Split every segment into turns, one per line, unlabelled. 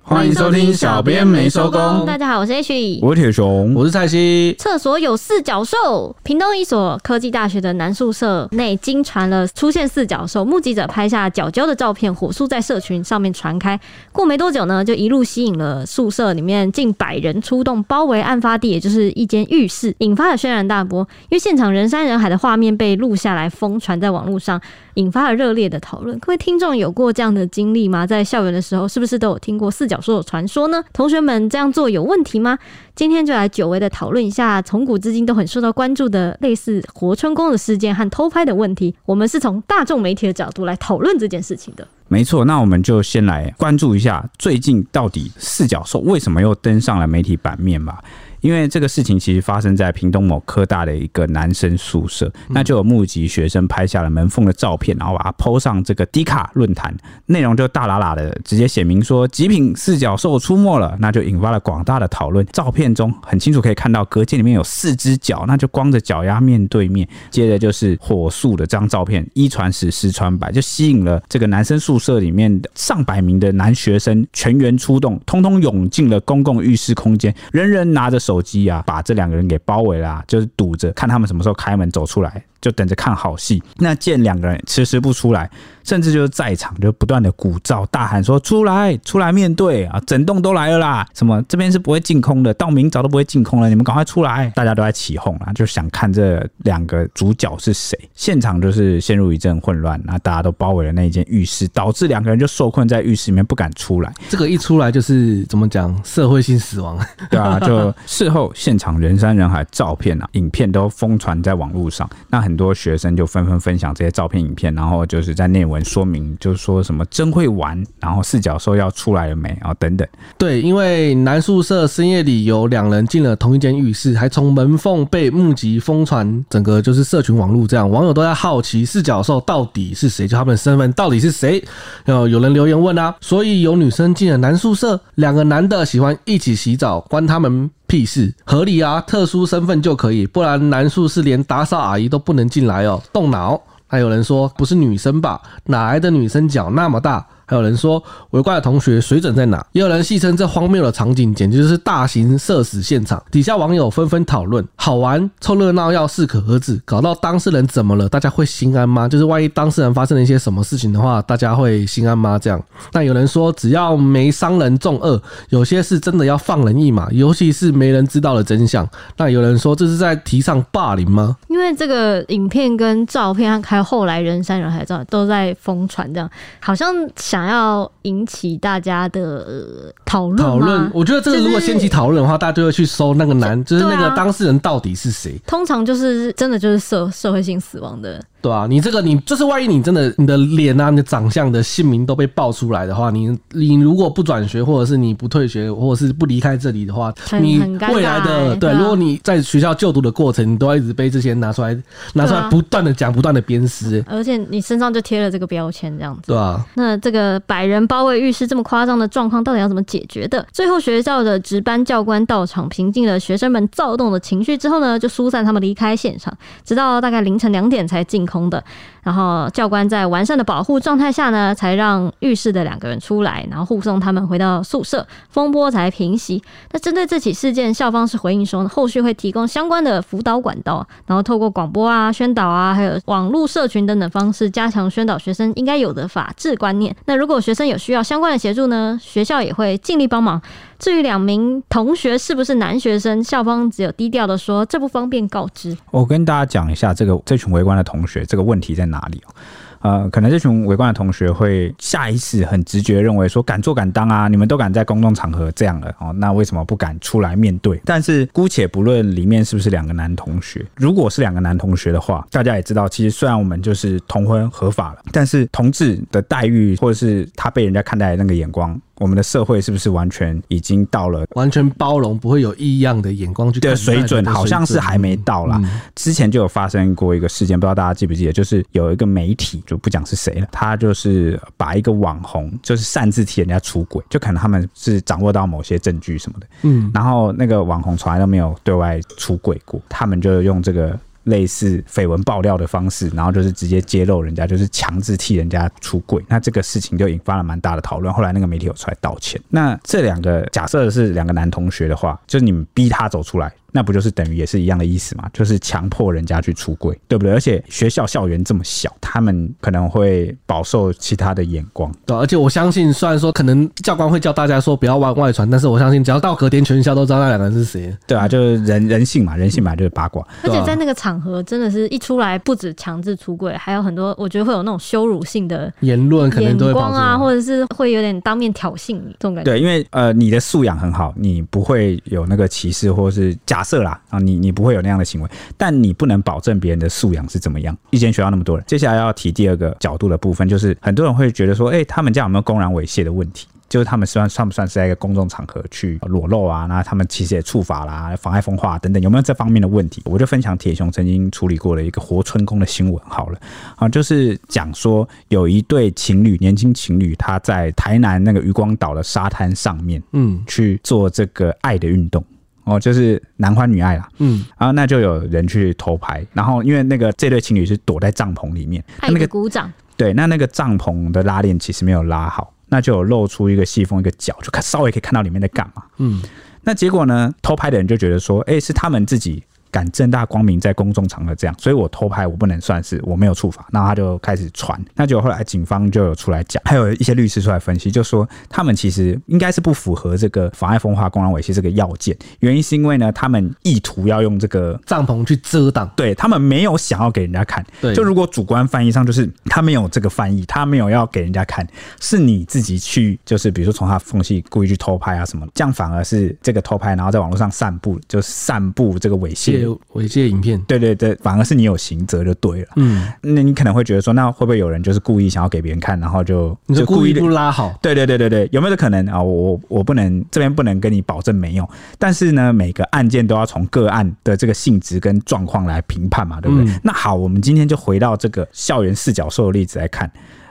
欢迎收听小编没收工
大家好，我是 H。
我是铁熊，
我是蔡西，
厕所有四脚兽。屏东一所科技大学的男宿舍内经传了出现四脚兽，目击者拍下脚胶的照片，火速在社群上面传开。过没多久呢，就一路吸引了宿舍里面近百人出动，包围案发地，也就是一间浴室，引发了轩然大波。因为现场人山人海的画面被录下来，疯传在网络上，引发了热烈的讨论。各位听众有过这样的经历吗？在校园的时候，是不是都有听过四脚兽的传说呢？同学们这样做有问题吗？今天就来久违的讨论一下，从古至今都很受到关注的类似活春宫的事件和偷拍的问题。我们是从大众媒体的角度来讨论这件事情的。
没错，那我们就先来关注一下最近到底四角兽为什么又登上了媒体版面吧。因为这个事情其实发生在屏东某科大的一个男生宿舍，那就有目击学生拍下了门缝的照片，然后把它 PO 上这个迪卡论坛，内容就大喇喇的直接写明说极品四角兽出没了，那就引发了广大的讨论。照片中很清楚可以看到隔间里面有四只脚，那就光着脚丫面对面。接着就是火速的这张照片一传十，十传百，就吸引了这个男生宿舍里面的上百名的男学生全员出动，通通涌进了公共浴室空间，人人拿着手机啊，把这两个人给包围啦、啊就是堵着看他们什么时候开门走出来，就等着看好戏。那见两个人迟迟不出来，甚至就是在场就不断的鼓噪大喊说：“出来，出来面对啊！整栋都来了啦！什么这边是不会净空的，到明早都不会净空了，你们赶快出来！”大家都在起哄啊，就想看这两个主角是谁。现场就是陷入一阵混乱，那大家都包围了那一间浴室，导致两个人就受困在浴室里面不敢出来。
这个一出来就是怎么讲社会性死亡，
对啊，就事后现场人山人海，照片啊、影片都疯传在网络上。那很多学生就纷纷分享这些照片、影片，然后就是在内文说明，就是说什么真会玩，然后四角兽要出来了没啊、等等。
对，因为男宿舍深夜里有两人进了同一间浴室，还从门缝被目击疯传，整个就是社群网络这样，网友都在好奇四角兽到底是谁，就他们的身份到底是谁。然后有人留言问啊，所以有女生进了男宿舍，两个男的喜欢一起洗澡，关他们屁事，合理啊，特殊身份就可以，不然男宿是连打扫阿姨都不能进来哦，动脑。还有人说不是女生吧？哪来的女生脚那么大？还有人说围观的同学水准在哪？也有人戏称这荒谬的场景简直就是大型社死现场。底下网友纷纷讨论：好玩、凑热闹要适可而止，搞到当事人怎么了？大家会心安吗？就是万一当事人发生了一些什么事情的话，大家会心安吗？这样。但有人说只要没伤人重恶，有些事真的要放人一马，尤其是没人知道的真相。那有人说这是在提倡霸凌吗？
因为这个影片跟照片，还有后来人山人海的照片都在疯传，这样好像想要引起大家的呃讨论
讨论
吗，？
我觉得这个
就是
如果掀起讨论的话，大家就会去搜那个男，就是那
对
个
啊
当事人到底是谁，
通常就是真的就是社社会性死亡的，
对啊，你这个你就是万一你真的你的脸啊、你的长相的姓名都被爆出来的话，你你如果不转学，或者是你不退学，或者是不离开这里的话，
很
你
很尴尬
未来
欸
的对，
对啊
如果你在学校就读的过程，你都要一直被这些拿出来拿出
对
来
啊
不断的讲、不断的鞭尸，
而且你身上就贴了这个标签，这样子。
对啊吧？
那这个百人包围浴室这么夸张的状况，到底要怎么解决的？最后学校的值班教官到场，平静了学生们躁动的情绪之后呢，就疏散他们离开现场，直到大概凌晨两点才净空的。然后教官在完善的保护状态下呢，才让浴室的两个人出来，然后护送他们回到宿舍，风波才平息。那针对这起事件，校方是回应说，后续会提供相关的辅导管道，然后透过广播啊、宣导啊，还有网络社群等等方式，加强宣导学生应该有的法治观念。那如果学生有需要相关的协助呢，学校也会尽力帮忙。至于两名同学是不是男学生，校方只有低调的说这不方便告知。
我跟大家讲一下这个这群围观的同学这个问题在哪里哦。呃，可能这群围观的同学会下意识、很直觉地认为说，敢做敢当啊，你们都敢在公众场合这样了哦，那为什么不敢出来面对？但是姑且不论里面是不是两个男同学，如果是两个男同学的话，大家也知道，其实虽然我们就是同婚合法了，但是同志的待遇或者是他被人家看待的那个眼光。我们的社会是不是完全已经到了
完全包容，不会有异样的眼光去看
的
待
水准，嗯
的
好像是还没到啦。之前就有发生过一个事件，不知道大家记不记得，就是有一个媒体就不讲是谁了，他就是把一个网红就是擅自替人家出轨，就可能他们是掌握到某些证据什么的，
嗯，
然后那个网红从来都没有对外出轨过，他们就用这个。类似绯闻爆料的方式，然后就是直接揭露人家，就是强制替人家出轨。那这个事情就引发了蛮大的讨论。后来那个媒体有出来道歉。那这两个假设是两个男同学的话，就是你们逼他走出来，那不就是等于也是一样的意思嘛？就是强迫人家去出轨，对不对？而且学校校园这么小，他们可能会饱受其他的眼光。
对啊，而且我相信，虽然说可能教官会叫大家说不要玩外传，但是我相信，只要到隔天，全校都知道那两个人是谁。
对啊，就是人人性嘛，人性本来就是八卦。
而
对
且
啊
在那个场合，真的是一出来不止强制出柜，还有很多我觉得会有那种羞辱性的
言论可
眼
能都会跑
光
出
啊，
来。
或者是会有点当面挑衅你这种感觉。
对，因为呃，你的素养很好，你不会有那个歧视，或是假设啦啊，你你不会有那样的行为，但你不能保证别人的素养是怎么样。一间学校那么多人，接下来要提第二个角度的部分，就是很多人会觉得说，哎、他们这样有没有公然猥亵的问题？就是他们算算不算是在一个公众场合去裸露啊？那他们其实也触法啦、妨碍风化、等等，有没有这方面的问题？我就分享铁雄曾经处理过的一个活春宫的新闻好了。啊，就是讲说有一对情侣，年轻情侣，他在台南那个渔光岛的沙滩上面
嗯
去做这个爱的运动，哦，就是男欢女爱啦。
嗯，
然后那就有人去偷拍，然后因为那个这对情侣是躲在帐篷里面，
爱
那
的
个
鼓掌，
对，那那个帐篷的拉链其实没有拉好，那就有露出一个细缝一个角，就看稍微可以看到里面在干嘛。
嗯，
那结果呢，偷拍的人就觉得说，哎、是他们自己敢正大光明在公众场合这样，所以我偷拍我不能算是我没有处罚。那他就开始传，那就后来警方就有出来讲，还有一些律师出来分析，就说他们其实应该是不符合这个妨碍风化、公然猥亵这个要件，原因是因为呢，他们意图要用这个。
帐篷去遮挡。
对他们没有想要给人家看，
对
就如果主观翻译上，就是他没有这个翻译，他没有要给人家看，是你自己去，就是比如说从他缝隙故意去偷拍啊什么，这样反而是这个偷拍，然后在网络上散布，就散布这个猥亵
借，猥亵影片。
对对对，反而是你有刑责就对了。
嗯，
那你可能会觉得说，那会不会有人就是故意想要给别人看，然后就
你
就
就故意
地
不拉好。
对对对对对，有没有这可能啊？我我我不能这边不能跟你保证没有，但是呢，每个案件都要从个案的这个性质跟状况来评判嘛，对不对？
嗯
那好，我们今天就回到这个校园四角兽的例子来看。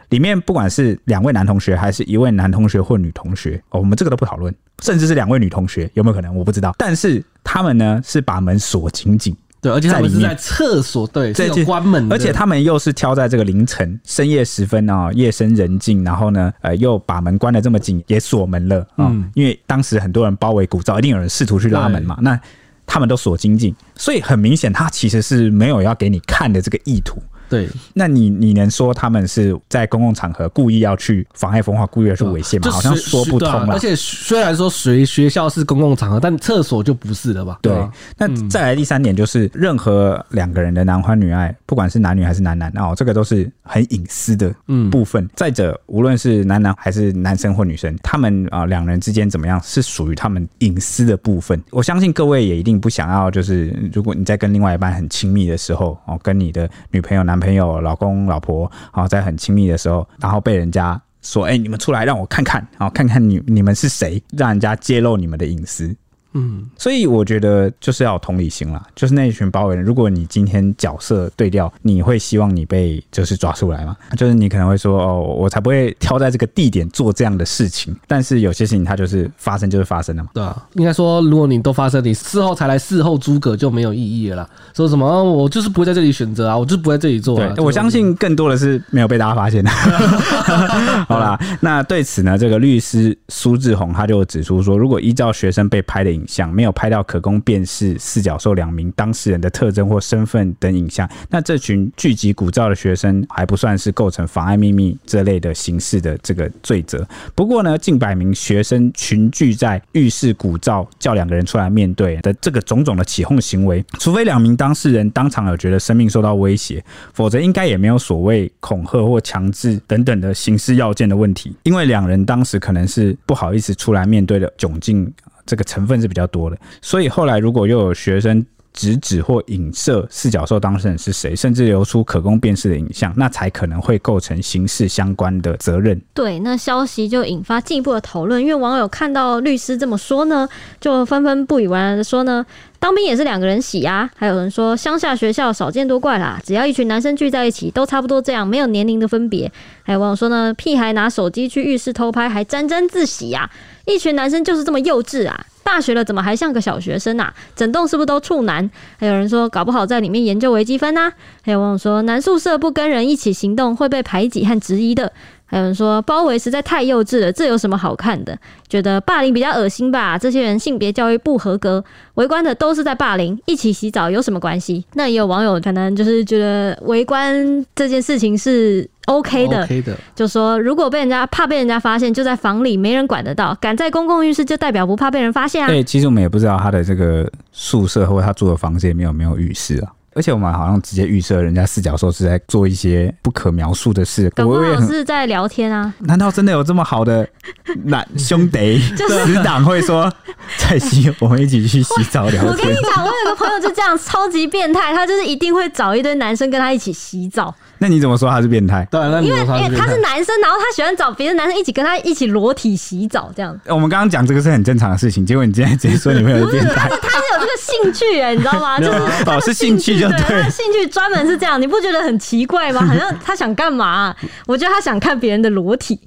里面不管是两位男同学，还是一位男同学或女同学，哦，我们这个都不讨论，甚至是两位女同学，有没有可能？我不知道。但是他们呢是把门锁紧紧，
对，而且他
在
们
里
是
面
在厕所，嗯对，
这
是有
就
关门的，
而且他们又是挑在这个凌晨深夜时分啊、夜深人静，然后呢，呃，又把门关得这么紧，也锁门了啊、
嗯
因为当时很多人包围古灶，一定有人试图去拉门嘛。那他们都锁紧紧，所以很明显，他其实是没有要给你看的这个意图。
对，
那你你能说他们是在公共场合故意要去妨碍风化，故意要去猥亵吗？
就
好像
随
说不
对
通
啊
啦。
而且虽然说随学校是公共场合，但厕所就不是了吧？
对
吧，
那再来第三点就是，任何两个人的男欢女爱，不管是男女还是男男哦，这个都是很隐私的部分。再者，无论是男男还是男生或女生，他们啊两、人之间怎么样，是属于他们隐私的部分。我相信各位也一定不想要，就是如果你在跟另外一半很亲密的时候，哦，跟你的女朋友、男朋友、老公、老婆，哦，在很亲密的时候，然后被人家。说，哎、你们出来让我看看，哦，看看你你们是谁，让人家揭露你们的隐私。
嗯，
所以我觉得就是要有同理心啦，就是那一群包围人。如果你今天角色对调，你会希望你被就是抓出来吗？就是你可能会说哦，我才不会挑在这个地点做这样的事情。但是有些事情它就是发生就是发生了嘛。
对啊，应该说，如果你都发生，你事后才来事后诸葛就没有意义了啦。说什么、哦我就是不会在这里选择啊，我就是不会在这里做啊。
对，我相信更多的是没有被大家发现 的。好啦，那对此呢，这个律师苏志宏他就指出说，如果依照学生被拍的影像，没有拍到可供辨识四角兽两名当事人的特征或身份等影像，那这群聚集鼓噪的学生还不算是构成妨碍秘密这类的刑事的这个罪责。不过呢，近百名学生群聚在浴室鼓噪，叫两个人出来面对的这个种种的起哄行为，除非两名当事人当场有觉得生命受到威胁，否则应该也没有所谓恐吓或强制等等的刑事要件的问题，因为两人当时可能是不好意思出来面对的窘境，这个成分是比较多的，所以后来如果又有学生。直指或影射四角兽当事人是谁，甚至流出可供辨识的影像，那才可能会构成刑事相关的责任。
对，那消息就引发进一步的讨论，因为网友看到律师这么说呢，就纷纷不以为然的说呢，当兵也是两个人洗啊。还有人说，乡下学校少见多怪啦，只要一群男生聚在一起，都差不多这样，没有年龄的分别。还有网友说呢，屁孩拿手机去浴室偷拍，还沾沾自喜呀、啊，一群男生就是这么幼稚啊。大学了怎么还像个小学生啊？整栋是不是都处男？还有人说搞不好在里面研究微积分呐、啊。还有网友说男宿舍不跟人一起行动会被排挤和质疑的。还有人说包围实在太幼稚了，这有什么好看的？觉得霸凌比较恶心吧？这些人性别教育不合格，围观的都是在霸凌，一起洗澡有什么关系？那也有网友可能就是觉得围观这件事情是 OK 的，
OK 哦的，
就说如果被人家怕被人家发现，就在房里没人管得到，敢在公共浴室就代表不怕被人发现啊。
对，其实我们也不知道他的这个宿舍或他住的房间里面有没有浴室啊。而且我们好像直接预设人家四角兽是在做一些不可描述的事，
搞不
我也
好
很。
是在聊天啊。
难道真的有这么好的男兄弟死党会说蔡西，我们一起去洗澡聊
我跟
天
你？讲，我有个朋友就这样，超级变态，他就是一定会找一堆男生跟他一起洗澡，
那你怎么说他是变态？
当然啊那你
因
有
为因
啥
为哎
变
他
态？
是男生，然后他喜欢找别的男生一起跟他一起裸体洗澡这样。
我们刚刚讲这个是很正常的事情，结果你今天直接说你朋友是变态，
他是有这个兴趣哎、你知道吗？ 就是他
哦
的
是兴趣就
对，他
对
的兴趣专门是这样，你不觉得很奇怪吗？好像他想干嘛 啊、我觉得他想看别人的裸体，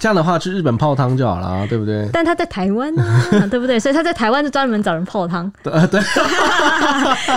这样的话去日本泡汤就好了啊，对不对？
但他在台湾呢、啊，对不对？所以他在台湾就专门找人泡汤。
呃，对，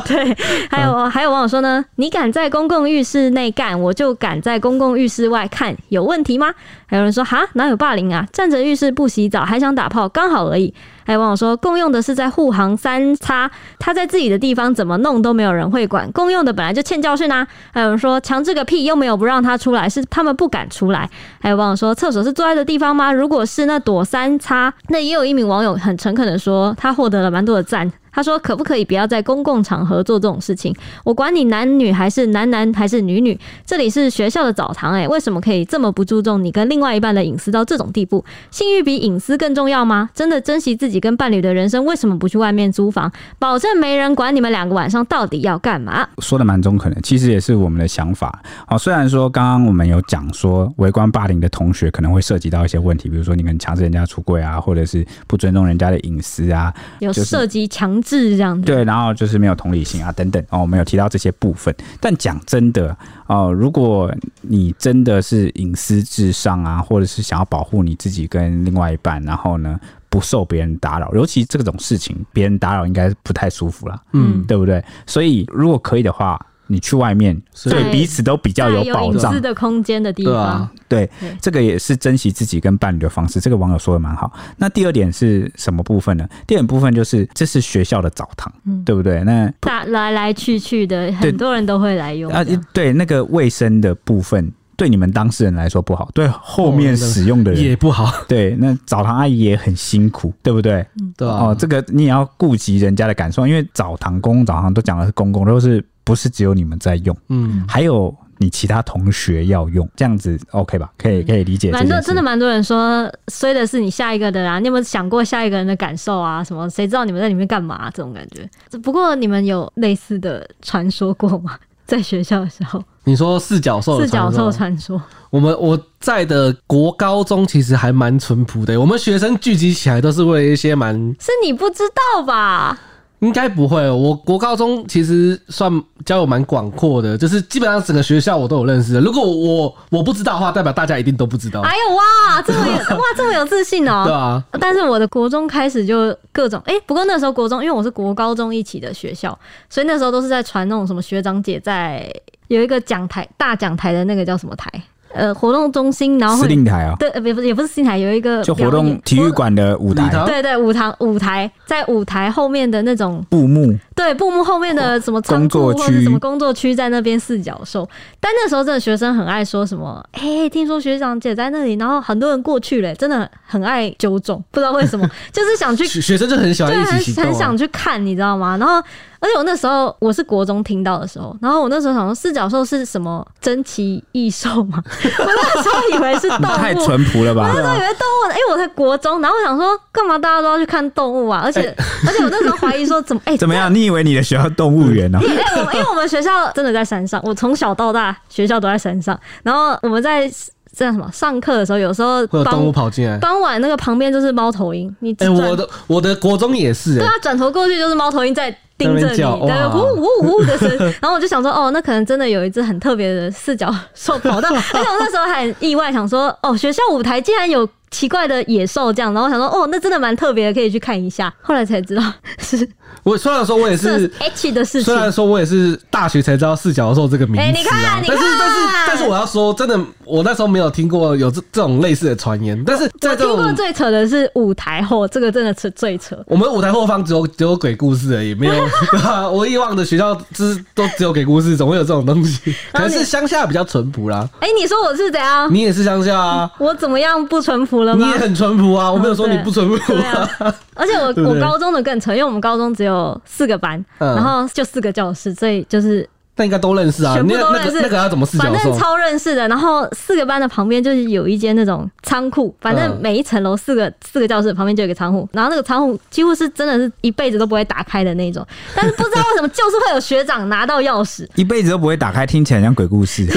对，还有 还有网友说呢，你敢在公共浴室内干，我就敢在公共浴室外看，有问题吗？还有人说哈，哪有霸凌啊？站着浴室不洗澡还想打炮，刚好而已。还有啊网友说，共用的是在护航三叉，他在自己的地方怎么弄都没有人会管，共用的本来就欠教训啊。还有人说，强制个屁，又没有不让他出来，是他们不敢出来。还有网友说，厕所是坐在的地方吗？如果是，那躲三叉。那也有一名网友很诚恳的说，他获得了蛮多的赞。他说：“可不可以不要在公共场合做这种事情？我管你男女还是男男还是女女，这里是学校的澡堂、欸，诶，为什么可以这么不注重你跟另外一半的隐私到这种地步？性欲比隐私更重要吗？真的珍惜自己跟伴侣的人生，为什么不去外面租房？保证没人管你们两个晚上到底要干嘛？
说的蛮中肯的，其实也是我们的想法。好，虽然说刚刚我们有讲说围观霸凌的同学可能会涉及到一些问题，比如说你可能强制人家出柜啊，或者是不尊重人家的隐私啊，
有
就是
涉及强制这样子。”
对，然啊后就是没有同理心啊等等哦，我们有提到这些部分。但讲真的哦、如果你真的是隐私至上啊，或者是想要保护你自己跟另外一半，然后呢不受别人打扰，尤其这种事情，别人打扰应该是不太舒服啦，
嗯，
对不对？所以如果可以的话，你去外面
是
对彼此都比较
在
有保
有隐
障
私。的空间的地
对
方
啊，，
对
对，
这个也是珍惜自己跟伴侣的方式。这个网友说的蛮好。那第二点是什么部分呢？第二点部分就是这是学校的澡堂，
嗯
对不对？那
大来来去去的，很多人都会来用。
啊
这样，
对那个卫生的部分，对你们当事人来说不好，对后面使用的人，
也不好，
对那澡堂阿姨也很辛苦，对不对？
对啊吧？
哦，这个你也要顾及人家的感受，因为澡堂公共澡堂都讲的是公共，都是不是只有你们在用，
嗯，
还有你其他同学要用，这样子 OK 吧？可以可以理解这件
蛮
事，
多真的蛮多人说，衰的是你下一个的啦。啊你有没有想过下一个人的感受啊？什么？谁知道你们在里面干嘛、这种感觉。不过你们有类似的传说过吗？ 在学校的时候，
你说四角
哦
兽的
四
传
角
说，
兽传说，
我们我在的国高中其实还蛮淳朴的，我们学生聚集起来都是为了一些蛮
是你不知道吧？
应该不会。我国高中其实算交友蛮广阔的，就是基本上整个学校我都有认识的。如果我我不知道的话，代表大家一定都不知
哦
道，
哎呦哇，这么有哇，这么有自 信哦、
对啊，
但是我的国中开始就各种哎、不过那时候国中，因为我是国高中一起的学校，所以那时候都是在传那种什么学长姐在有一个讲台大讲台的那个叫什么台，呃，活动中心，然后
司
会
令台啊、
对，呃，不是也不是新台，有一个
就
表
活动
演
体育，馆的舞
礼
台
堂
对对，舞堂舞台在舞台后面的那种
布幕，
对，布幕后面的什么
工
仓库
作
或者是
区
什么工作区，在那边四角兽。但那时候真的学生很爱说什么，哎、听说学长姐在那里，然后很多人过去了，真的很爱纠众，不知道为什么，就是想去，
学学生就很喜欢
对，
一起行
很
动、
很
啊
想。去看，你知道吗？然后而且我那时候我是国中听到的时候，然后我那时候想说四角兽是什么珍奇异兽吗？ 我那时候以为是动
你太
物。
淳朴了 吧？
我以为动物呢，因为我在国中，然后我想说，干嘛大家都要去看动物啊？而 且、而且我那时候怀疑说，怎么哎、
怎么样？你以为你的学校动物园呢、啊
因为哎我们因为我们学校真的在山上，我从小到大学校都在山上。然后我们在这样什么上课的时候，有时候
会有动物
傍
跑进来。
傍晚那个旁边就是猫头鹰，你
哎、
只转
我的我的国中也是、
对
哎，
啊，转头过去就是猫头鹰在盯着
在那
你，
边叫
对，
哇
呜呜呜的声。然后我就想说，哦，那可能真的有一只很特别的四脚兽跑 到。而且我那时候还很意外，想说，哦，学校舞台竟然有。奇怪的野兽这样，然后我想说，哦，那真的蛮特别的，可以去看一下。后来才知道是
我虽然说我也是
是啊 H 的事情
虽。然说我也是大学才知道四角兽这个名字、啊，
哎你看你看
但是但是但是我要说，真的，我那时候没有听过有这这种类似的传言，但是在这
我听过
种。
最扯的是舞台
哦
后，这个真的是最扯。
我们舞台后方只有只有鬼故事而已， 没有对吧？我以往的学校就是都只有鬼故事，总会有这种东西。
然
可
后你
是乡下比较淳朴啦，
哎、你说我是怎样？
你也是乡下啊，
我怎么样不淳朴了
你
吗
也？很淳朴啊，我没有说你
嗯对
不淳朴
对
啊。
啊，而且我
对不
我
对
高中的更扯，因为我们高中只有四个班，
嗯
然后就四个教室，所以就是
那应该都认识啊，
全部
那
都
那
认
个
识。
那个要怎么四
反
角
正
兽？
超认识的。然后四个班的旁边就是有一间那种仓库，反正
嗯
每一层楼四个四个教室旁边就有一个仓库，然后那个仓库几乎是真的是一辈子都不会打开的那种，但是不知道为什么就是会有学长拿到钥匙，
一辈子都不会打开，听起来像鬼故事。
绝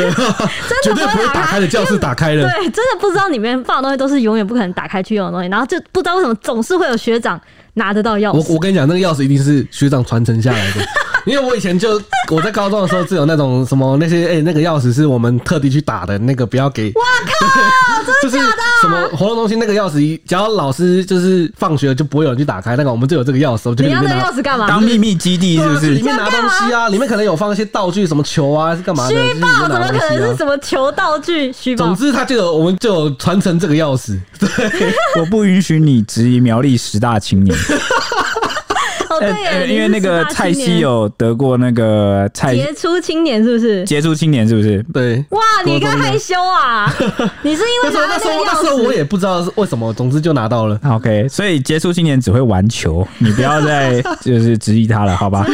真
对
的
不会打开的教室打开了，
对，真的不知道里面放的东西都是永远不可能打开去用的东西，然后就不知道为什么总是会有学长拿得到钥
我
匙。
我跟你讲，那个钥匙一定是学长传承下来 的。因为我以前就我在高中的时候，只有那种什么那些哎、那个钥匙是我们特地去打的那个，不要给。哇靠！就是什么活动中心那个钥匙，一只要老师就是放学就不会有人去打开那个，我们就有这个钥匙，我们就
你
里
要
面
那个
拿
钥。匙干嘛？
当秘密基地是不
对啊就是里？面拿东西啊，里面可能有放一些道具，什么球啊，是干嘛的？就是
虚
里面
报
拿
怎么
东西
可能
啊
是什么求道具虚报
总？之，他就有我们就有传承这个钥匙。
我不允许你质疑苗栗十大青年，
哦， 对耶、
呃
你
因为
是
那个
四大
蔡
青年
希有得过那个蔡
杰出青年是不是？
杰出青年，是不是？
对，
哇，你该害羞啊！你是因
那
为
时候
拿
那时候
那个
那时候
钥
我
匙，
也不知道是为什么，总之就拿到了。
嗯
OK，所以杰出青年只会玩球，你不要 再就是质疑他了，好
啊
吧？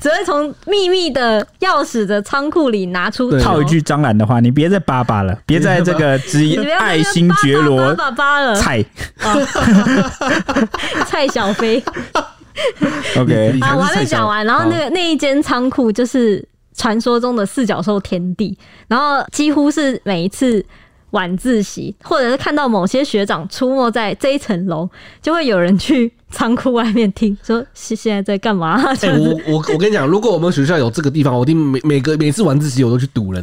只会从秘密的钥匙的仓库里拿出
对
球
套一，句张兰的话，你别再叭叭了，别再这个质疑
啊你不要
爱新觉罗
爸爸了，
蔡。
蔡小飞。
OK，
你才
啊，
是
我还
蔡
没
小
讲完。然后
好
那个那一间仓库就是传说中的四角兽天地，然后几乎是每一次。晚自习，或者是看到某些学长出没在这一层楼，就会有人去仓库外面听，说是现在在干嘛、这
哎、
样子
我我我跟你讲，如果我们学校有这个地方，我一定每每个每次晚自习我都去堵 人，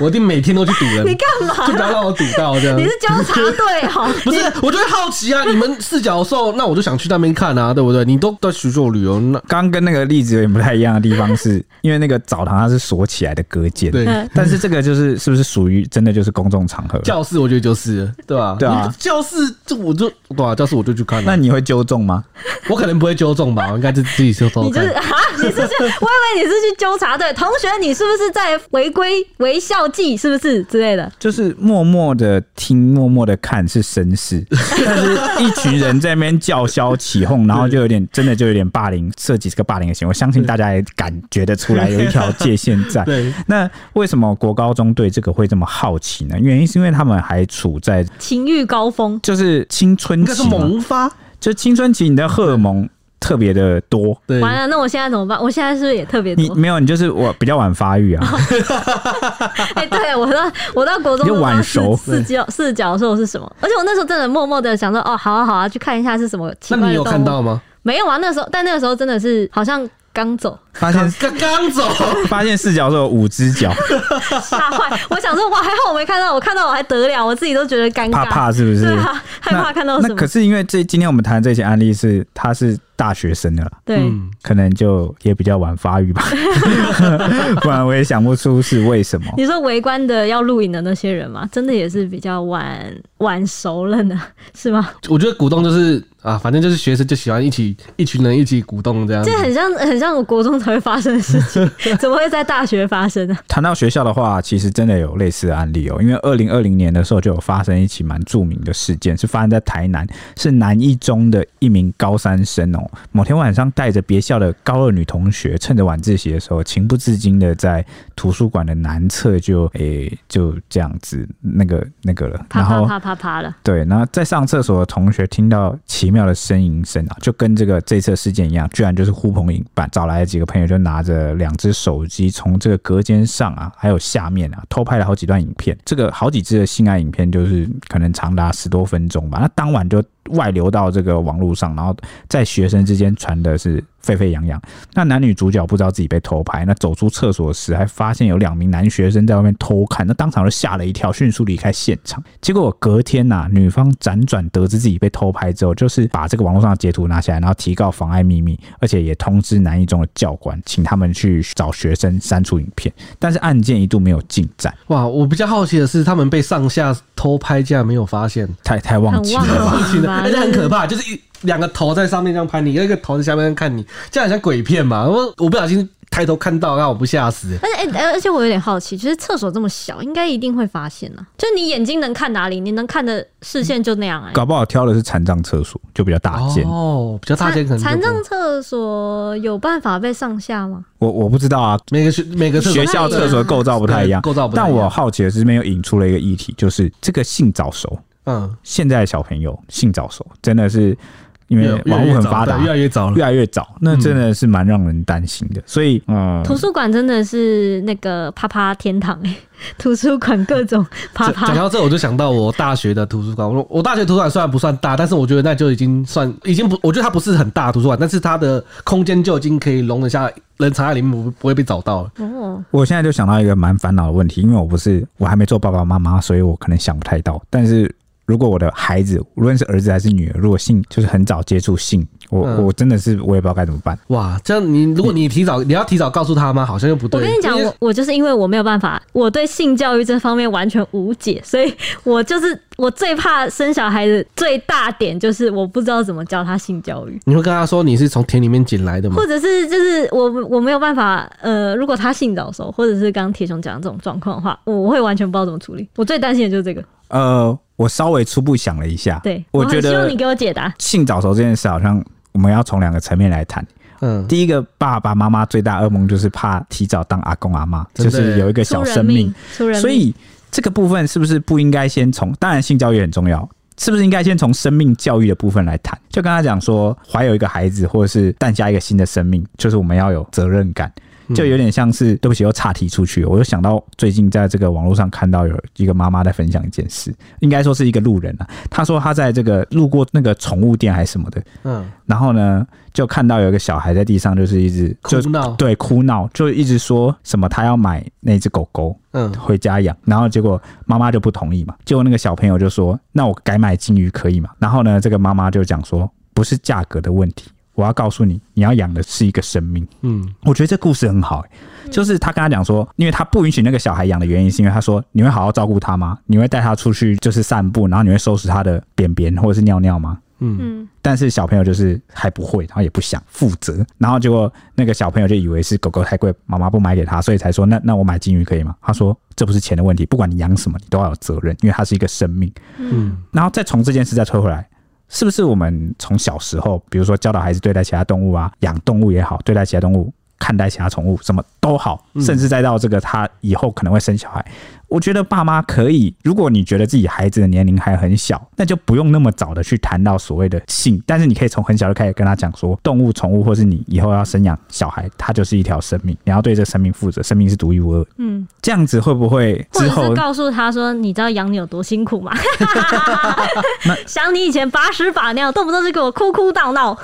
我一定每天都去堵人，
你干嘛
就不要让我堵到这样
你。是纠察队哦，
啊 不是，我就会好奇啊，你们四角兽，那我就想去那边看啊，对不对？你都在学校旅游，那
刚跟那个例子有点不太一样的地方是，因为那个澡堂它是锁起来的隔间，
对、
嗯
但是这个就是是不是属于真的就是公众场合？
教室，我觉得就是了对吧、
对啊
你教室这我就对啊，教室我就去看了、
那你会纠正吗？
我可能不会纠正吧，我应该是自己偷偷
你就是
看。
啊，你是去，我以为你是去纠察队，同学，你是不是在违规违校纪，是不是之类的？
就是默默的听，默默的看是绅士，但是一群人在那边叫嚣起哄，然后就有点真的就有点霸凌，涉及这个霸凌的行为，我相信大家也感觉得出来有一条界限在。
对，
那为什么国高中对这个会这么好奇呢？原因是因为他们还处在
情欲高峰，
就是青春
应该是
期嘛，
萌发，
就青春期你的荷尔蒙特别的多，
对，
完了，那我现在怎么办？我现在是不是也特别
你
多？
没有你就是我比较晚发育啊，
哎、对我到我到国中
你就
都不知
晚
道
熟
四四角四角兽是什么，而且我那时候真的默默的想说，哦，好啊好啊，去看一下是什么奇
那
怪的
你有
动物
看到吗？
没有啊？那时候，但那个时候真的是好像刚走，
发
刚
现
刚刚走，
发现四角兽有五只脚，
吓坏。我想说，哇，还好我没看到，我看到我还得了，我自己都觉得尴尬，
怕怕是不是？
对啊， 害怕看到
那
什
那
么
可，是因为这今天我们谈的这些案例是他是大学生的啦，
对。
嗯，
可能就也比较晚发 育吧，不然我也想不出是为什么。
你说围观的要录影的那些人嘛，真的也是比较晚晚熟了呢，是吗？
我觉得股东就是啊，反正就是学生就喜欢一起一群人一起鼓动
嗯
这样子
这。很像很像我国中才会发生的事 情，怎么会在大学发生呢、
谈到学校的话，其实真的有类似的案例哦，因为二零二零年的时候就有发生一起蛮著名的事件，是发生在台南，是南一中的一名高三生哦，某天晚上带着别校的高二女同学，趁着晚自习的时候，情不自禁的在图书馆的南侧就诶、就这样子那个那个了，
啪
然
啪
后
啪啪啪了，
对，然后在上厕所的同学听到奇妙的呻吟声啊，就跟这个这次的事件一样，居然就是呼朋引伴，找来几个朋友就拿着两只手机从这个隔间上啊，还有下面啊，偷拍了好几段影片。这个好几支的性爱影片，就是可能长达十多分钟吧。那当晚就外流到这个网络上，然后在学生之间传的是沸沸扬扬。那男女主角不知道自己被偷拍，那走出厕所时还发现有两名男学生在外面偷看，那当场就吓了一跳，迅速离开现场。结果隔天呐、女方辗转得知自己被偷拍之后，就是把这个网络上的截图拿下来，然后提告妨碍秘密，而且也通知南一中的教官，请他们去找学生删除影片。但是案件一度没有进展，
哇，我比较好奇的是，他们被上下偷拍竟然没有发现，
太太忘
很
记
忘
了吧。
而且
吧
而且 很可怕，就是一两个头在上面这样拍你，一个头在下面看你，这样很像鬼片嘛。我我不小心抬头看到，让我不吓死。
而且、哎而且我有点好奇，就是厕所这么小，应该一定会发现啊。就你眼睛能看哪里，你能看的视线就那样哎、
搞不好挑的是残障厕所，就比较大间。
哦，比较大间可能就不
残障厕所有办法被上下吗？
我我不知道啊，
每个学每个厕所
学校厕所构造不太一样
对。构造不太一
但
样
我好奇的是，这边又引出了一个议题，就是这个性早熟，
嗯，
现在的小朋友性早熟真的是因为
越越来
网
越
络很
早
发达
对，越来越嗯早了
越。来越早，那真的是蛮让人担心的。所以，嗯，
图书馆真的是那个啪啪天堂哎、图书馆各种啪
讲讲
啪。
到这，我就想到我大学的图书馆。我我大学图书馆虽然不算大，但是我觉得那就已经算已经不，我觉得它不是很大的图书馆，但是它的空间就已经可以容得下人藏在里面不不会被找到了。
哦，
我现在就想到一个蛮烦恼的问题，因为我不是我还没做爸爸妈妈，所以我可能想不太到。但是如果我的孩子，无论是儿子还是女儿，如果性就是很早接触性，我、
嗯
我真的是我也不知道该怎么办。
哇，这样你如果你提早你要提早告诉他吗？好像又不
我
对。
跟你讲，
因为
我我就是因为我没有办法，我对性教育这方面完全无解，所以我就是我最怕生小孩的最大点就是我不知道怎么教他性教育。
你会跟他说你是从田里面捡来的吗
或？者是就是我我没有办法，呃，如果他性早熟，或者是刚刚铁熊讲的这种状况的话，我会完全不知道怎么处理。我最担心的就是这个。
呃，我稍微初步想了一下，
对，
我
很
觉
希望
得
你给我解答。
性早熟这件事，好像我们要从两个层面来谈。
嗯，
第一个，爸爸妈妈最大噩梦就是怕提早当阿公阿妈，
真
就
的
是有一个
出
小
人
生命
命，，出人命。
所以这个部分是不是不应该先从？当然，性教育很重要，是不是应该先从生命教育的部分来谈？就跟他讲说，怀有一个孩子，或者是诞下一个新的生命，就是我们要有责任感。就有点像是，对不起，又岔题出去了。我又想到最近在这个网络上看到有一个妈妈在分享一件事，应该说是一个路人啊。她说她在这个路过那个宠物店还是什么的，
嗯，
然后呢就看到有一个小孩在地上就是一直
哭
就
闹，
对哭闹，就一直说什么他要买那只狗狗，
嗯，
回家养，然后结果妈妈就不同意嘛，结果那个小朋友就说：“那我改买金鱼可以吗？”然后呢，这个妈妈就讲说：“不是价格的问题，我要告诉你，你要养的是一个生命。”
嗯，
我觉得这故事很好、欸就是他跟他讲说，因为他不允许那个小孩养的原因，是因为他说你会好好照顾他吗？你会带他出去就是散步，然后你会收拾他的便便或者是尿尿吗？
嗯，
但是小朋友就是还不会，然后也不想负责，然后结果那个小朋友就以为是狗狗太贵，妈妈不买给他，所以才说那那我买金鱼可以吗？他说这不是钱的问题，不管你养什么，你都要有责任，因为它是一个生命。
嗯，
然后再从这件事再推回来，是不是我们从小时候，比如说教导孩子对待其他动物啊，养动物也好，对待其他动物，看待其他宠物，什么都好，甚至再到这个他以后可能会生小孩，我觉得爸妈可以，如果你觉得自己孩子的年龄还很小，那就不用那么早的去谈到所谓的性，但是你可以从很小就开始跟他讲说，动物、宠物，或是你以后要生养小孩，它就是一条生命，你要对这生命负责，生命是独一无二。
嗯，
这样子会不会
或
之
者
后
是告诉他说，你知道养你有多辛苦吗？想你以前把屎把尿，动不动就给我哭哭闹闹。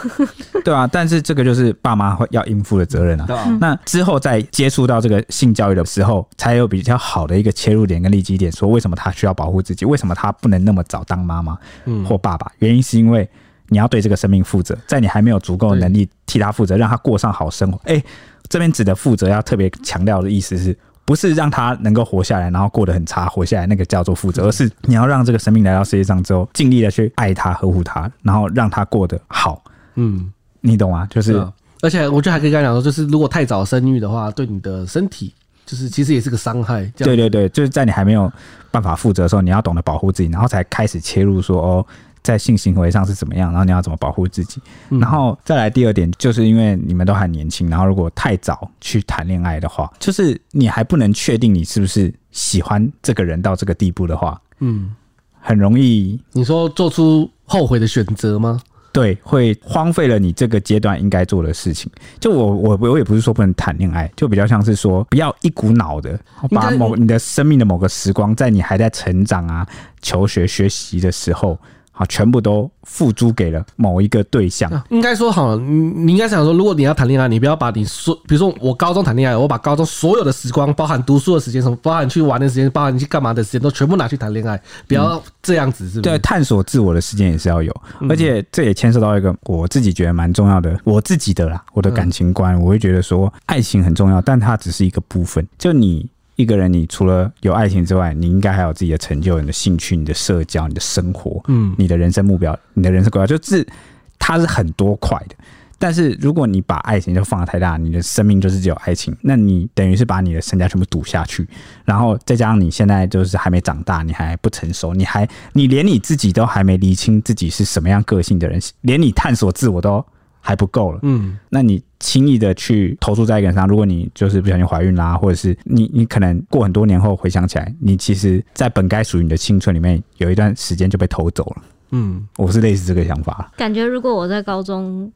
对啊，但是这个就是爸妈会要应付的责任啊。
对啊
嗯
那之后在接触到这个性教育的时候，才有比较好的一个切入点跟立基点，说为什么他需要保护自己，为什么他不能那么早当妈妈或爸爸？原因是因为你要对这个生命负责，在你还没有足够的能力替他负责，让他过上好生活。哎、这边指的负责要特别强调的意思是。不是让他能够活下来，然后过得很差活下来那个叫做负责，而是你要让这个生命来到世界上之后，尽力的去爱他、呵护他，然后让他过得好，
嗯，
你懂吗？就是
是啊。而且我觉得还可以跟他讲说，就是如果太早生育的话，对你的身体就是其实也是个伤害。这
对
样
对对，就是在你还没有办法负责的时候，你要懂得保护自己，然后才开始切入说哦，在性行为上是怎么样，然后你要怎么保护自己。
嗯
然后再来第二点，就是因为你们都还年轻，然后如果太早去谈恋爱的话，就是你还不能确定你是不是喜欢这个人到这个地步的话，
嗯，
很容易
你说做出后悔的选择吗？
对，会荒废了你这个阶段应该做的事情。就我我我也不是说不能谈恋爱，就比较像是说不要一股脑的
应
把
该
某你的生命的某个时光，在你还在成长啊、求学学习的时候，好全部都付诸给了某一个对象。
啊应该说好了，你你应该想说，如果你要谈恋爱，你不要把你所，比如说我高中谈恋爱，我把高中所有的时光，包含读书的时间，什么包含去玩的时间，包含去干嘛的时间，都全部拿去谈恋爱，不
嗯
要这样子，是不嗯
对，
是？
探索自我的时间也是要有，而且这也牵涉到一个我自己觉得蛮重要的，我自己的啦，我的感情
嗯
观，我会觉得说爱情很重要，但它只是一个部分。就你一个人，你除了有爱情之外，你应该还有自己的成就、你的兴趣、你的社交、你的生活、
嗯，
你的人生目标、你的人生规划，就是它是很多块的。但是如果你把爱情就放得太大，你的生命就是只有爱情，那你等于是把你的身家全部赌下去，然后再加上你现在就是还没长大，你还不成熟，你还你连你自己都还没理清自己是什么样个性的人，连你探索自我都还不够了，
嗯，
那你轻易的去投注在一个人上，如果你就是不小心怀孕啦，或者是你你可能过很多年后回想起来，你其实在本该属于你的青春里面有一段时间就被偷走了，
嗯，
我是类似这个想法。
感觉如果我在高中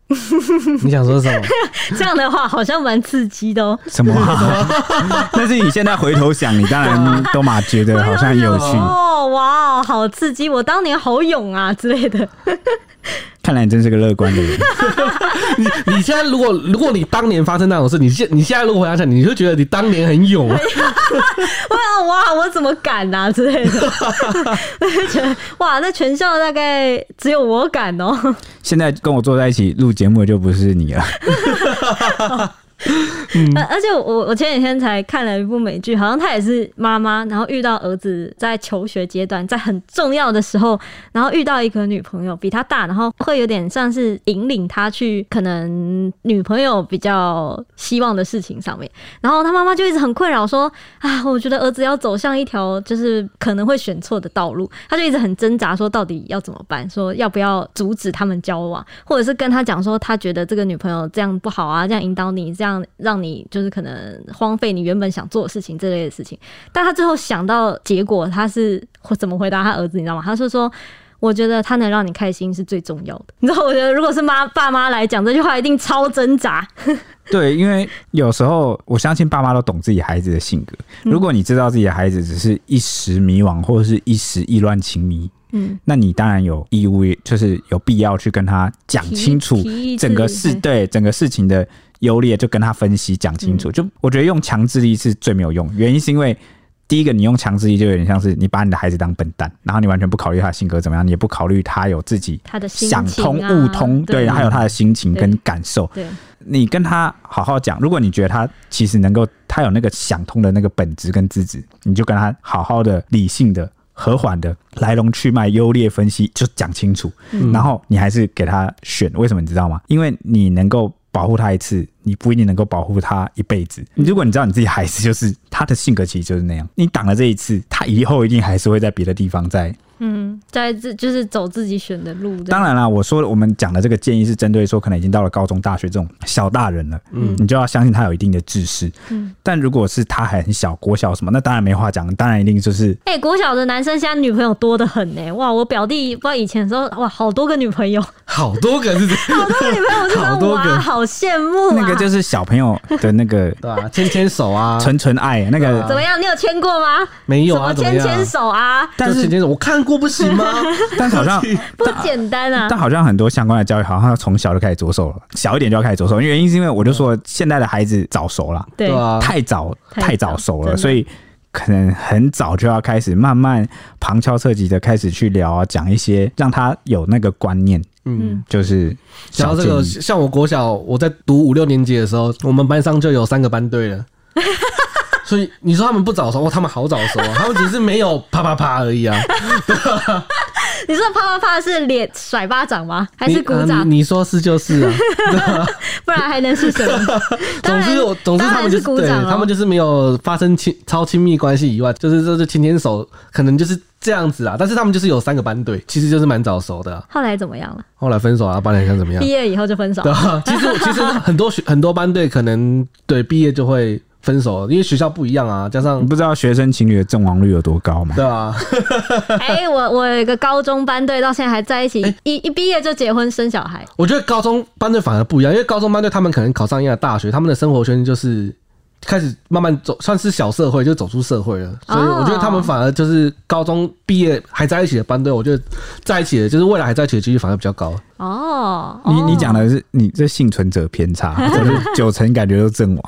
你想说什么？
这样的话，好像蛮刺激的哦。
什么、 啊？但是你现在回头想，你当然都嘛觉得好像有趣。
哦，哇，好刺激！我当年好勇啊之类的。
看来你真是个乐观的人。
你现在如果如果你当年发生那种事，你现你现在如果回想起来，你就觉得你当年很
哎
勇啊，
哇啊哇，我怎么敢啊之类的。 我就觉得哇，那全校大概只有我敢哦。
现在跟我坐在一起录节目的就不是 你了。
而而且我我前几天才看了一部美剧，好像她也是妈妈，然后遇到儿子在求学阶段，在很重要的时候，然后遇到一个女朋友比他大，然后会有点像是引领他去可能女朋友比较希望的事情上面，然后他妈妈就一直很困扰说啊，我觉得儿子要走向一条就是可能会选错的道路，他就一直很挣扎，说到底要怎么办，说要不要阻止他们交往，或者是跟他讲说他觉得这个女朋友这样不好啊，这样引导你，这样让你就是可能荒废你原本想做的事情这类的事情。但他最后想到结果，他是会怎么回答他儿子，你知道吗？他是说。我觉得他能让你开心是最重要的。你知道，我觉得如果是妈爸妈来讲这句话，一定超挣扎。
对，因为有时候我相信爸妈都懂自己孩子的性格。
嗯
如果你知道自己的孩子只是一时迷惘或者是一时意乱情迷，
嗯，
那你当然有义务，就是有必要去跟他讲
提
清楚
提议
整个
自己
事对整个事情的优劣，就跟他分析讲清
嗯
楚。就我觉得用强制力是最没有用，原因是因为。第一个，你用强制力就有点像是你把你的孩子当笨蛋，然后你完全不考虑他的性格怎么样，你也不考虑他有自己
他的心情
想
啊
通悟通，对，
对
还有他的心情跟
对
感受。
对，
你跟他好好讲，如果你觉得他其实能够，他有那个想通的那个本质跟资质，你就跟他好好的、理性的、和缓的来龙去脉、优劣分析，就讲清楚。然后你还是给他选，为什么你知道吗？因为你能够保护他一次，你不一定能够保护他一辈子。如果你知道你自己孩子就是他的性格，其实就是那样，你挡了这一次，他以后一定还是会在别的地方再
嗯，在自就是走自己选的路。这样
当然啦，我说的我们讲的这个建议是针对说，可能已经到了高中、大学这种小大人了，嗯，你就要相信他有一定的知识。
嗯，
但如果是他还很小，国小什么，那当然没话讲，当然一定就是
哎、国小的男生现在女朋友多得很呢、哇，我表弟不知道以前的时候，哇，好多个 女朋友，好
好多个是这样，
多个女朋友，我就觉
好
得
多个
哇，好羡慕啊。
那个就是小朋友的那 个
对吧？牵牵手啊，
纯纯爱，那个
怎么样？你有牵过吗？
没有
什
啊，
么
怎么
牵
样？
牵手啊，
但
就是牵牵手，我看过不行吗？
但是好像。
不简单 啊。
但好像很多相关的教育，好像要从小就开始着手了，小一点就要开始着手。原因是因为我就说现在的孩子早熟了，
对，
啊，
太早
太
太
早
早熟
真
了，
的
所以可能很早就要开始慢慢旁敲侧击的开始去聊啊，讲一些让他有那个观念，
嗯。
就是
讲
小
到这
建
个，
议。
像我国小我在读五六年级的时候，我们班上就有三个班队了。所以你说他们不早熟，哦他们好早熟啊，他们只是没有啪啪啪而已啊。
你说啪啪啪是脸甩巴掌吗？还
你
是鼓
啊
掌？
你你说是就是 啊。
不然还能是 什么？当
总
然
之我，总之
当然
他们就是
鼓
对
掌哦咯
他们就是没有发生亲超亲密关系以外，就是这就牵牵手，可能就是这样子啊。但是他们就是有三个班队，其实就是蛮早熟的啊、
后来怎么样了？
后来分手啊，班队想怎么样
毕？业以后就分 手
对。啊，其实其实很多学很多班队可能对毕业就会分手，因为学校不一样啊，加上
你不知道学生情侣的阵亡率有多高吗？
对啊，
哎、我我有一个高中班队，到现在还在一起，一一毕业就结婚生小孩。
我觉得高中班队反而不一样，因为高中班队他们可能考上一样的大学，他们的生活圈就是开始慢慢走，算是小社会，就走出社会了。所以
哦
我觉得他们反而就是高中毕业还在一起的班队，我觉得在一起的，就是未来还在一起的几率反而比较高。
哦，
你
哦
你讲的是你这幸存者偏 差，就是九成感觉都阵亡，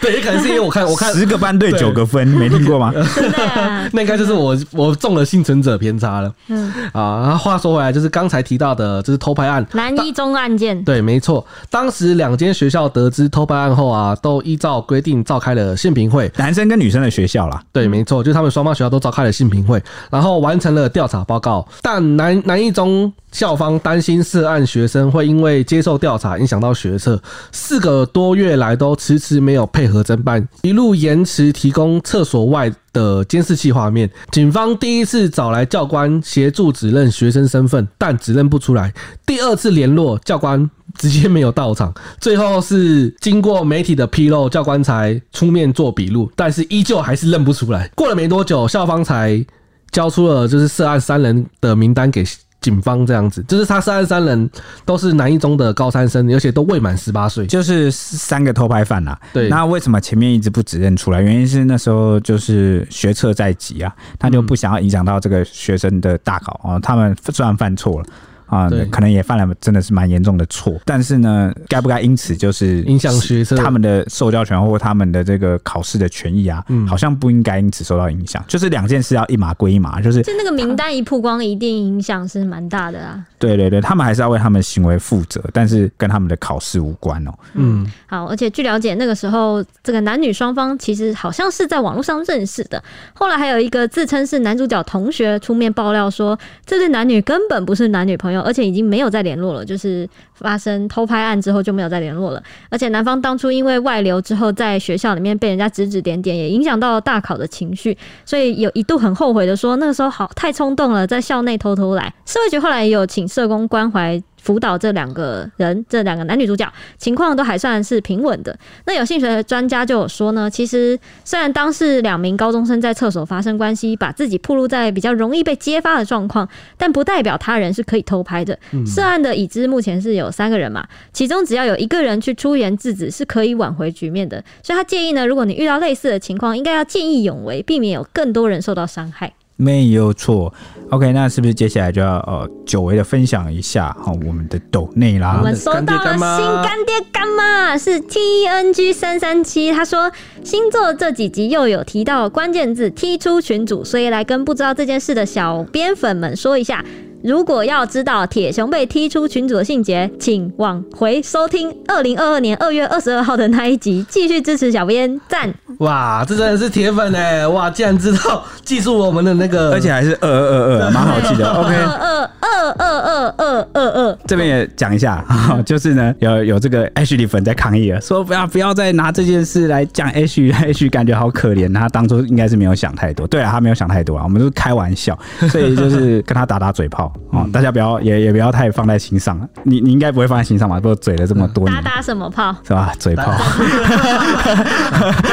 对，也可能是因为我看我看
十个班队
对
九个分，没听过吗？
真的啊
那应该就是我我中了幸存者偏差了
嗯，
啊。那话说回来，就是刚才提到的，就是偷拍案，
男一中案件，
对，没错。当时两间学校得知偷拍案后啊，都依照规定召开了宪评会。
男生跟女生的学校啦，
对，没错，就是他们双方学校都召开了性评会，然后完成了调查报告。但南南一中校方担心涉案学生会因为接受调查影响到学测，四个多月来都迟迟没有配合侦办，一路延迟提供厕所外的监视器画面。警方第一次找来教官协助指认学生身份，但指认不出来。第二次联络教官直接没有到场，最后是经过媒体的披露，教官才出面做笔录，但是依旧还是认不出来。过了没多久，校方才交出了就是涉案三人的名单给警方，这样子，就是他涉案三人都是南一中的高三生，而且都未满十八岁。
就是三个偷拍犯啦。
对
那为什么前面一直不指认出来？原因是那时候就是学测在即啊，他就
嗯
不想要影响到这个学生的大考啊、哦。他们虽然犯错了。啊
对，
可能也犯了真的是蛮严重的错，但是呢，该不该因此就是
影响学测
他们的受教权或他们的这个考试的权益啊，
嗯
好像不应该因此受到影响。就是两件事要一码归一码，就是
就那个名单一曝光，一定影响是蛮大的啊。
对对对，他们还是要为他们的行为负责，但是跟他们的考试无关哦。
嗯，
好，而且据了解，那个时候这个男女双方其实好像是在网络上认识的。后来还有一个自称是男主角同学出面爆料说，这对男女根本不是男女朋友，而且已经没有再联络了。就是发生偷拍案之后就没有再联络了。而且男方当初因为外流之后，在学校里面被人家指指点点，也影响到了大考的情绪，所以有一度很后悔的说，那个时候好太冲动了，在校内偷偷来。社会局后来也有请社工关怀。辅导这两个人，这两个男女主角，情况都还算是平稳的。那有兴趣的专家就有说呢，其实虽然当事两名高中生在厕所发生关系，把自己暴露在比较容易被揭发的状况，但不代表他人是可以偷拍的。啊涉案的已知目前是有三个人嘛，其中只要有一个人去出言制止，是可以挽回局面的。所以他建议呢，如果你遇到类似的情况，应该要见义勇为，避免有更多人受到伤害。
没有错，OK，那是不是接下来就要呃久违的分享一下哈、哦、我们的抖内
好
我
啦？
们收到了
啊干爹干妈
新干爹干妈，是 T E N G 三三七，他说星座这几集又有提到关键字踢出群组，所以来跟不知道这件事的小编粉们说一下。如果要知道铁熊被踢出群组的细节，请往回收听二零二二年二月二十二号的那一集，继续支持小编赞。
哇，这真的是铁粉哎、哇，竟然知道记住我们的那个，
而 且还是二二二二，蛮好记 的。
二
OK，
二二二二二二，
这边也讲一下，哈哈就是呢，有有这个 H 里粉在抗议了，说不要不要再拿这件事来讲 H H，感觉好可怜。他当初应该是没有想太多，对啊，他没有想太多啊，我们都是开玩 笑，所以就是跟他打打嘴炮哦，
嗯
大家不要也也不要太放在心上了。你你应该不会放在心上吧？不过嘴了这么多
打
年，
打什么炮？
是吧？嘴炮。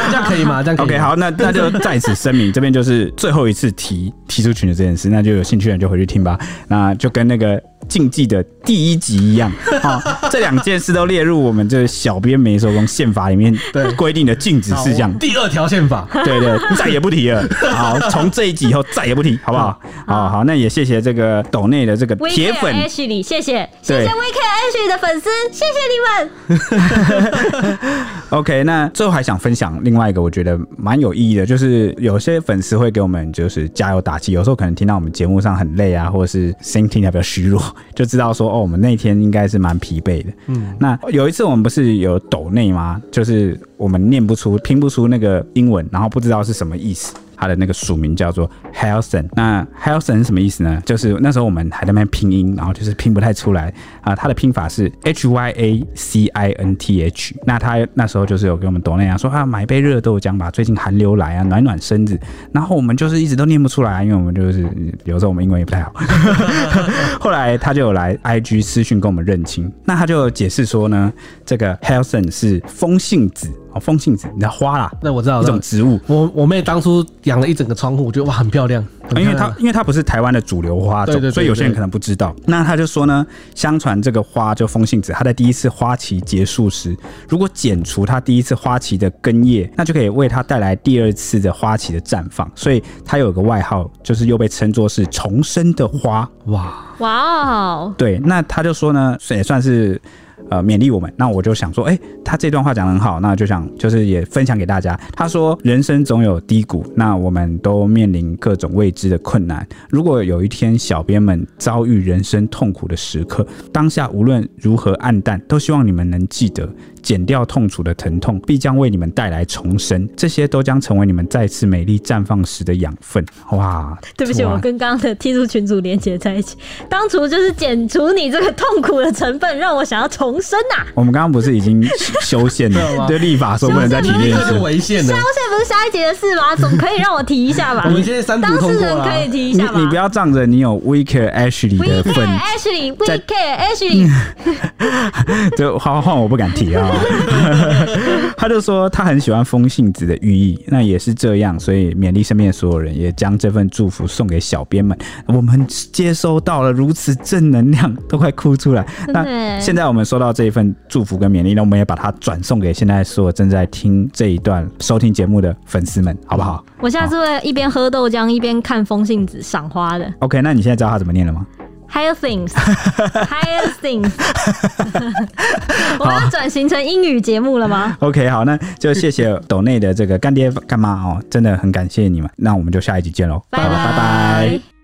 这样可以吗？这样可以
OK，
吗，
好，那那就在此声明，这边就是最后一次提提出群的这件事，那就有兴趣的人就回去听吧。那就跟那个竞技的第一集一样， 啊、这两件事都列入我们这小编没收工宪法里面
对哦
规定的禁止事项。
第二条宪法，
对对，再也不提了。好，从这一集以后再也不提，好不好？好好，那也谢谢这个抖内的这个
V
铁
K
粉
H 里，谢谢谢
对
谢 V K H 的粉丝，谢谢你们。
OK，那最后还想分享另外一个我觉得蛮有意义的，就是有些粉丝会给我们就是加油打气，有时候可能听到我们节目上很累啊，或者是声音听起来比较虚弱，就知道说哦，我们那天应该是蛮疲惫的。
嗯，
那有一次我们不是有抖内吗？就是我们念不出、拼不出那个英文，然后不知道是什么意思。它的那个署名叫做 Helson，那 Helson 是什么意思呢？就是那时候我们还在那边拼音，然后就是拼不太出来啊、它的拼法是 H Y A C I N T H。那他那时候就是有给我们抖内啊，说啊买一杯热豆浆吧，最近寒流来啊，暖暖身子。然后我们就是一直都念不出来啊，因为我们就是有时候我们英文也不 太好。后来他就有来 IG 私讯跟我们认亲，那他就解释说呢，这个 Helson 是风信子哦，风信子，你知道花啦，
那我知道
一
了。
种植物，
我我妹当初养了一整个窗户，我觉得哇很漂亮，很漂
啊因为
亮
它因为它不是台湾的主流花种，
对对对
所以有些人
对
可能不知道。那他就说呢，相传这个花就风信子，它在第一次花期结束时，如果剪除它第一次花期的根叶，那就可以为它带来第二次的花期的绽放。所以它有个外号，就是又被称作是重生的花。
哇，
哇哦，
对，那他就说呢，也算是呃勉励我们。那我就想说，哎、他这段话讲得很好，那就想就是也分享给大家。他说，人生总有低谷，那我们都面临各种未知的困难。如果有一天小编们遭遇人生痛苦的时刻，当下无论如何暗淡，都希望你们能记得。减掉痛楚的疼痛，必将为你们带来重生。这些都将成为你们再次美丽绽放时的养分。哇！
对不起，
哇
我跟刚刚的踢出群组连接在一起。当初就是减除你这个痛苦的成分，让我想要重生啊呐、
我们刚刚不是已经修宪
对
了？
吗
对立法说不能再提
这
炼
个就
是。
违宪了
消。宪不是下一节的事吗？总可以让我提一下吧
我。们今天三读
当
通
事
过
人
了啊
可，以提一
你
下吧。
你不要仗着你有 Weaker Ashley 的份，
We care Ashley, we
在
care Ashley。
就换换我不敢提啊。 他就说他很喜欢风信子的寓意，那也是这样，所以勉励身边的所有人，也将这份祝福送给小编们。我们接收到了如此正能量，都快哭出来。
真的
那
耶
现在我们收到这一份祝福跟勉励，那我们也把它转送给现在所有正在听这一段收听节目的粉丝们，好不好？
我下次会一边喝豆浆一边看风信子赏花的。
OK，那你现在知道他怎么念了吗？
Higher things, higher things。我们要转型成英语节目了 吗？
OK，好，那就谢谢斗内的这个干爹干妈哦，真的很感谢你们。那我们就下一集见喽，
拜
拜拜。